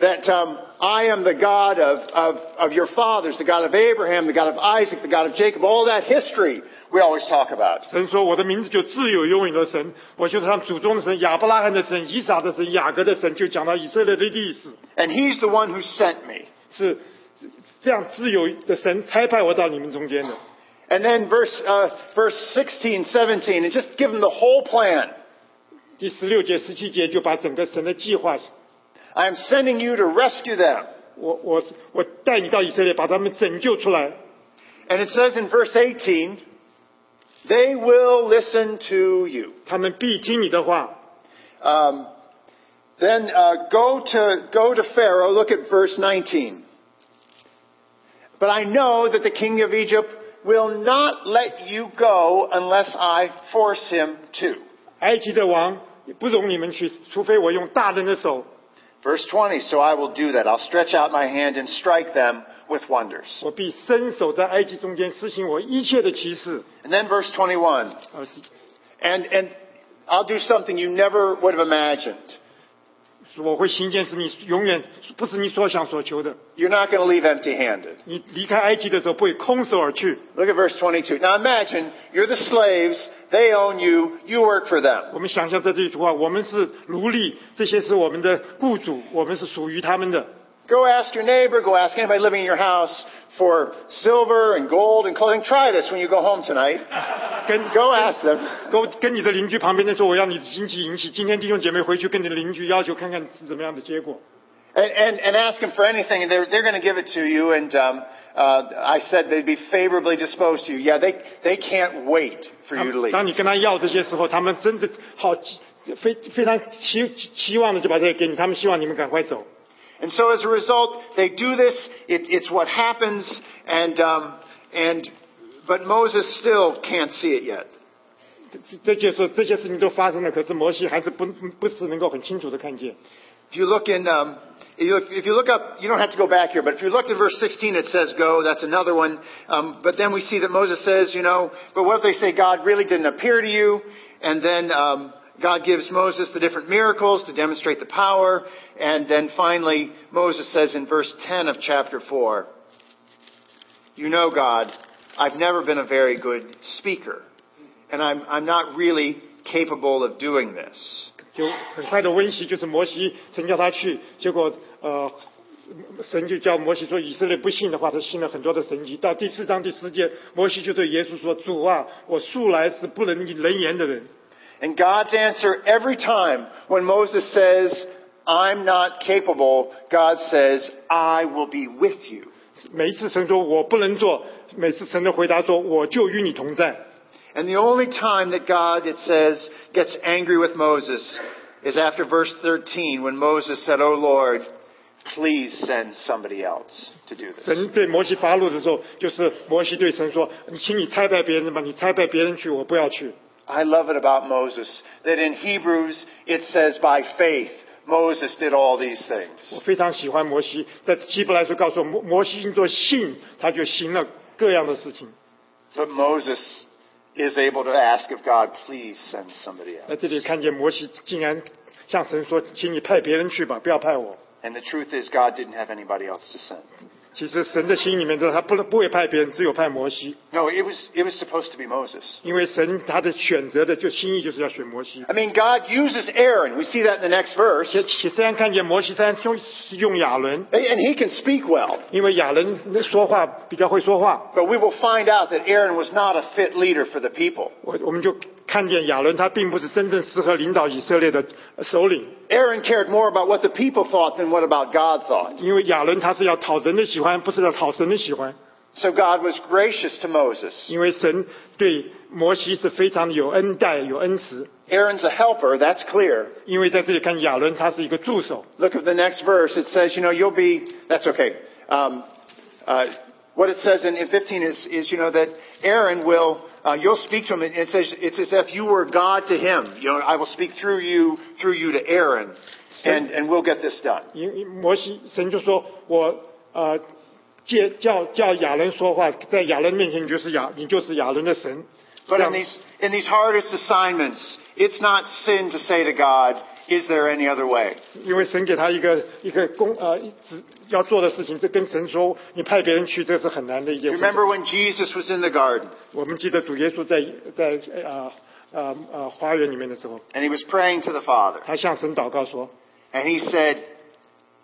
B: that um, I am the God of, of, of your fathers, the God of Abraham, the God of Isaac, the God of Jacob, all that history we always talk about.
C: 神说：“我的名字就自有永远的神，我就是他们祖宗的神、亚伯拉罕的神、以撒的神、雅各的神。”就讲到以色列的历史，
B: And he's the one who sent me.
C: 是是这样自由的神差派我到你们中间的。
B: And then verse, uh, verse 16, 17, and just give them the whole plan.
C: 第十六节、十七节就把整个神的计划，
B: I am sending you to rescue them.
C: 我我我带你到以色列，把他们拯救出来。
B: And it says in verse 18, they will listen to you.
C: 他们必听你的话。
B: Um, then uh, go to go to Pharaoh. Look at verse 19. But I know that the king of Egypt will not let you go unless I force him to.
C: 埃及的王不容你们去，除非我用大人的手。
B: Verse 20. So I will do that. I'll stretch out my hand and strike them with wonders.
C: 我必伸手在埃及中间施行我一切的奇事。呃
B: And then verse 21.
C: 而是
B: And and I'll do something you never would have imagined.
C: 我会行一件事，你永远不是你所想所求的。
B: You're not going to leave empty-handed.
C: 你离开埃及的时候不会空手而去。
B: Look at verse 22. Now imagine you're the slaves, they own you, you work for them.
C: 我们想象这句话，我们是奴隶，这些是我们的雇主，我们是属于他们的。
B: Go ask your neighbor, go ask anybody living in your house for silver and gold and clothing. Try this when you go home tonight.
C: 跟
B: Go ask them.
C: 跟跟你的邻居旁边的说，我要你的经济引起。今天弟兄姐妹回去跟你的邻居要求，看看是怎么样的结果。
B: And, and, and ask them for anything, and they're, they're going to give it to you. And um, uh, I said they'd be favorably disposed to you. Yeah, they, they can't wait for you to leave.
C: 当你跟他要这些时候，他们真的好期非非常期期望的就把这些给你，他们希望你们赶快走。
B: And so as a result, they do this. It, it's what happens. And, um, and, but Moses still can't see it yet.
C: 这这就是说这些事情都发生了，可是摩西还是不不是能够很清楚的看见。
B: If you look in, um, if, you look, if you look up, you don't have to go back here, but if you looked at verse 16, it says go. That's another one. Um, but then we see that Moses says, you know, but what if they say God really didn't appear to you? And then um, God gives Moses the different miracles to demonstrate the power. And then finally, Moses says in verse 10 of chapter 4, you know, God, I've never been a very good speaker, and I'm, I'm not really capable of doing this.
C: 就很快的温习，就是摩西神叫他去，结果呃，神就叫摩西说，以色列不信的话，他信了很多的神迹。到第四章第十节，摩西就对耶稣说：“主啊，我素来是不能能言的人。
B: And God's answer every time when Moses says, I'm not capable, God says, I will be with you. ”
C: 每一次神说我不能做，每次神的回答说我就与你同在。
B: And the only time that God, it says, gets angry with Moses is after verse 13 when Moses said, Oh Lord, please send somebody else to do this.
C: 神对摩西发怒的时候，就是摩西对神说：“你请你差派别人吧，你差派别人去，我不要去。
B: I love it about Moses that in Hebrews it says, by faith, Moses did all these ” things.
C: 我非常喜欢摩西，在希伯来书告诉我摩摩西因着信，他就行了各样的事情。
B: But Moses is able to ask of God, please send somebody
C: 在
B: else.
C: 这里看见摩西竟然向神说：“请你派别人去吧，不要派我。
B: And the truth is, God didn't have anybody else to send. ”
C: 其实神的心里面知道，他不能不会派别人，只有派摩西，
B: No, it was, it was supposed to be Moses.
C: 因为神他的选择的就心意就是要选摩西。
B: I mean, God uses Aaron. We see that in the next verse.
C: 其其虽然看见摩西，虽然用用亚伦，
B: And he can speak well.
C: 因为亚伦说话比较会说话，
B: But we will find out that Aaron was not a fit leader for the people.
C: 我我们就看见亚伦他并不是真正适合领导以色列的呃首领，
B: Aaron cared more about what the people thought than what about God thought.
C: 因为亚伦他是要讨人的喜欢，不是要讨神的喜欢。
B: So God was gracious to Moses.
C: 因为神对摩西是非常有恩待、有恩慈。
B: Aaron's a helper, that's clear.
C: 因为在这里看亚伦他是一个助手，
B: Look at the next verse. It says, you know, you'll be, that's okay. Um, uh, what it says in, in 15 is, is, you know, that Aaron will, uh, you'll speak to him. And it says, it's as if you were God to him. You know, I will speak through you, through you to Aaron, and, and we'll get this done.
C: 因因摩西神就说：“我呃，借叫叫亚伦说话，在亚伦面前你就是亚，你就是亚伦的神。”
B: But
C: 这
B: in
C: 样
B: these, in these hardest assignments, it's not sin to say to God, is there any other way?
C: 因为神给他一个一个工呃，一直要做的事情，这跟神说你派别人去，这是很难的一件
B: You
C: 事情。
B: remember when Jesus was in the garden
C: 我们记得主耶稣在在呃呃呃花园里面的时候，
B: and he was praying to the Father
C: 他向神祷告说
B: and he said,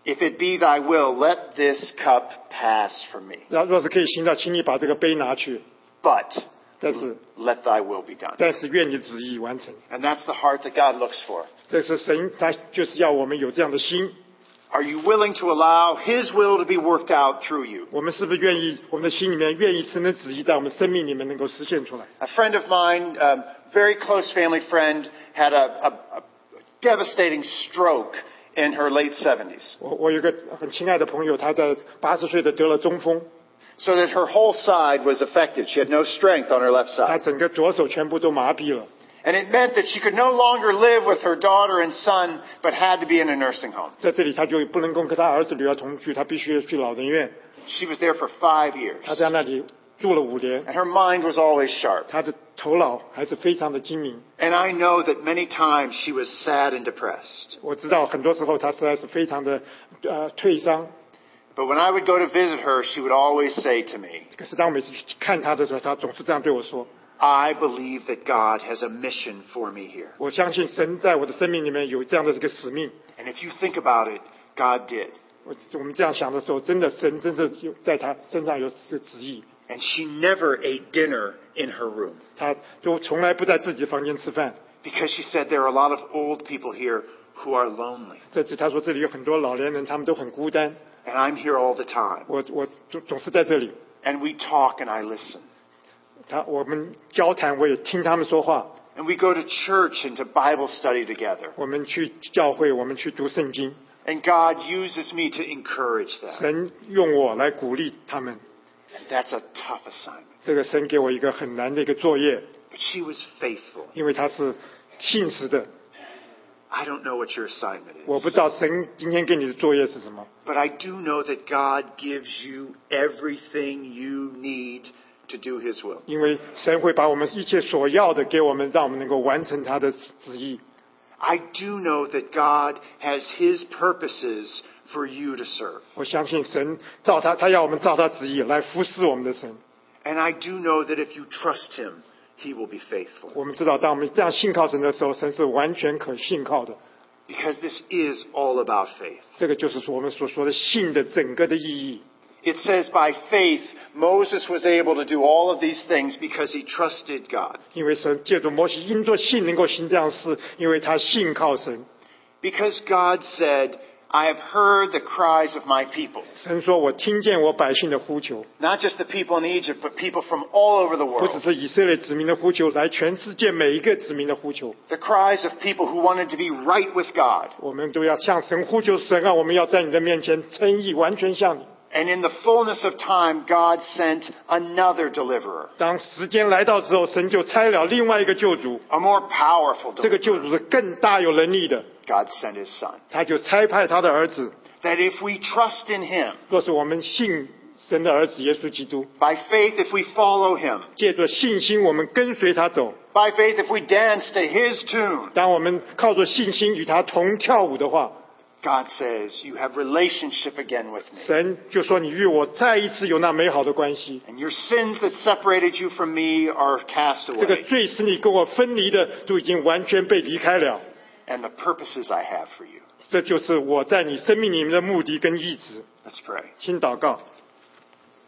B: if it be thy will, let this cup pass from me.：“
C: 那若是可以行到，请你把这个杯拿去。
B: But
C: 但是
B: let thy will be done.
C: 但是愿你旨意完成。
B: And that's the heart that God looks for. ”
C: 这是神，他就是要我们有这样的心。
B: Are you willing to allow his will to be worked out through you?
C: 我们是不是愿意，我们的心里面愿意神的旨意在我们生命里面能够实现出来？
B: A friend of mine, um, very close family friend, had a, a, a devastating stroke in her late 70s,
C: 我我有一个很亲爱的朋友，他在八十岁的得了中风，
B: so that her whole side was affected. She had no strength on her left
C: 他
B: side.
C: 整个左手全部都麻痹了。
B: And it meant that she could no longer live with her daughter and son, but had to be in a nursing home.
C: 在这里，他就不能够跟他儿子女儿同居，他必须去老人院。
B: She was there for five years,
C: 他在那里住了五年，
B: and her mind was always sharp.
C: 他的头脑还是非常的精明。
B: And I know that many times she was sad and depressed.
C: 我知道很多时候他实在是非常的呃退伤，
B: But when I would go to visit her, she would always say to me,
C: 可是当我每次去看他的时候，他总是这样对我说
B: I believe that God has a mission for me here.：“
C: 我相信神在我的生命里面有这样的这个使命。”
B: And if you think about it, God did.
C: 我我们这样想的时候，真的神真是有在他身上有是旨意，
B: And she never ate dinner in her room
C: 他就从来不在自己房间吃饭。
B: because she said there are a lot of old people here who are lonely.
C: 这次他说这里有很多老年人，他们都很孤单，
B: And I'm here all the time.
C: 我我总总是在这里。
B: And we talk and I listen.
C: 他我们交谈，我也听他们说话。
B: And we go to church and to Bible study together.
C: 我们去教会，我们去读圣经，
B: And God uses me to encourage them.
C: 神用我来鼓励他们。
B: And that's a tough assignment.
C: 这个神给我一个很难的一个作业，
B: But she was faithful.
C: 因为他是信实的。
B: I don't know what your assignment
C: 我不
B: is.
C: 知道神今天给你的作业是什么，
B: But I do know that God gives you everything you need to do His will.
C: 因为神会把我们一切所要的给我们，让我们能够完成他的旨意。
B: I do know that God has His purposes for you to serve.
C: 我相信神照他，他要我们照他旨意来服侍我们的神。
B: And I do know that if you trust Him, He will be faithful.
C: 我们知道，当我们这样信靠神的时候，神是完全可信靠的。
B: Because this is all about faith.
C: 这个就是说我们所说的信的整个的意义。
B: It says, by faith, Moses was able to do all of these things because he trusted God.
C: 因为神借助摩西，因着信能够行这样的事，因为他信靠神。
B: Because God said, I have heard the cries of my people.
C: 神说：“我听见我百姓的呼求，
B: Not just the people in Egypt, but people from all over the
C: 不只
B: world.
C: 是以色列子民的呼求，来全世界每一个子民的呼求，
B: The cries of people who wanted to be right with God.
C: 我们都要向神呼求。神啊，我们要在你的面前称义，完全向你。
B: And in the fullness of time, God sent another deliverer,
C: 当时间来到之后，神就差了另外一个救主，
B: a more powerful
C: 这个
B: deliverer.
C: 救主是更大有能力的，
B: God sent his son.
C: 他就差派他的儿子。
B: That if we trust in him,
C: 若是我们信神的儿子耶稣基督，
B: by faith, if we follow him,
C: 借着信心，我们跟随他走。
B: by faith, if we dance to his tune,
C: 当我们靠着信心与他同跳舞的话，
B: God says, You have relationship again with me.
C: 神就说：“你与我再一次有那美好的关系。
B: And your sins that separated you from me are cast
C: 这个
B: away,
C: 罪使你跟我分离的，都已经完全被离开了。
B: and the purposes I have for you.
C: 这就是我在你生命里面的目的跟意志。
B: Let's pray. ”
C: 请祷告，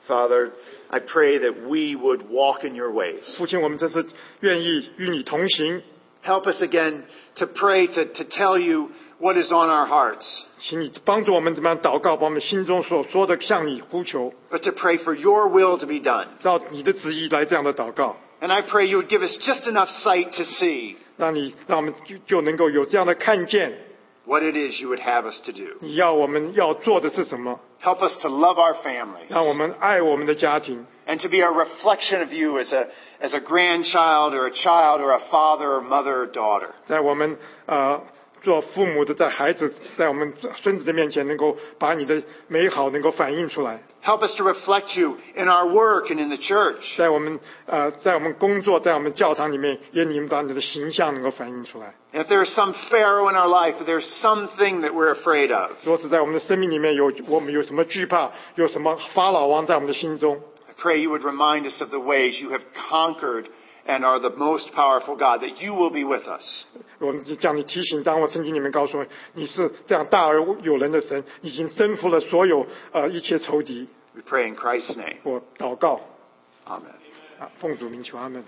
B: Father, I pray that we would walk in your ways.
C: 父亲，我们真是愿意与你同行，
B: Help us again to pray, to, to tell you what is on our hearts,
C: 请你帮助我们怎么样祷告，把我们心中所说的向你呼求，
B: but to pray for your will to be done.
C: 照你的旨意来这样的祷告，
B: And I pray you would give us just enough sight to see
C: 让你让我们就就能够有这样的看见，
B: what it is you would have us to do.
C: 你要我们要做的是什么，
B: Help us to love our families
C: 让我们爱我们的家庭，
B: and to be a reflection of you as a, as a grandchild or a child or a father or mother or daughter.
C: 在我们呃做父母的，在孩子，在我们孙子的面前，能够把你的美好能够反映出来，
B: Help us to reflect you in our work and in the church.
C: 在我们呃在我们工作，在我们教堂里面，也你们把你的形象能够反映出来。
B: And if there is some Pharaoh in our life, if there's something that we're afraid of,
C: 若是在我们的生命里面有我们有什么惧怕，有什么法老王在我们的心中，
B: I pray you would remind us of the ways you have conquered and are the most powerful God, that you will be with us.
C: 我们就将你提醒，当我圣经里面告诉我，你是这样大而有人的神，已经征服了所有呃一切仇敌。
B: We pray in Christ's name.
C: 我祷告
B: Amen.
C: 啊，奉主名求阿门。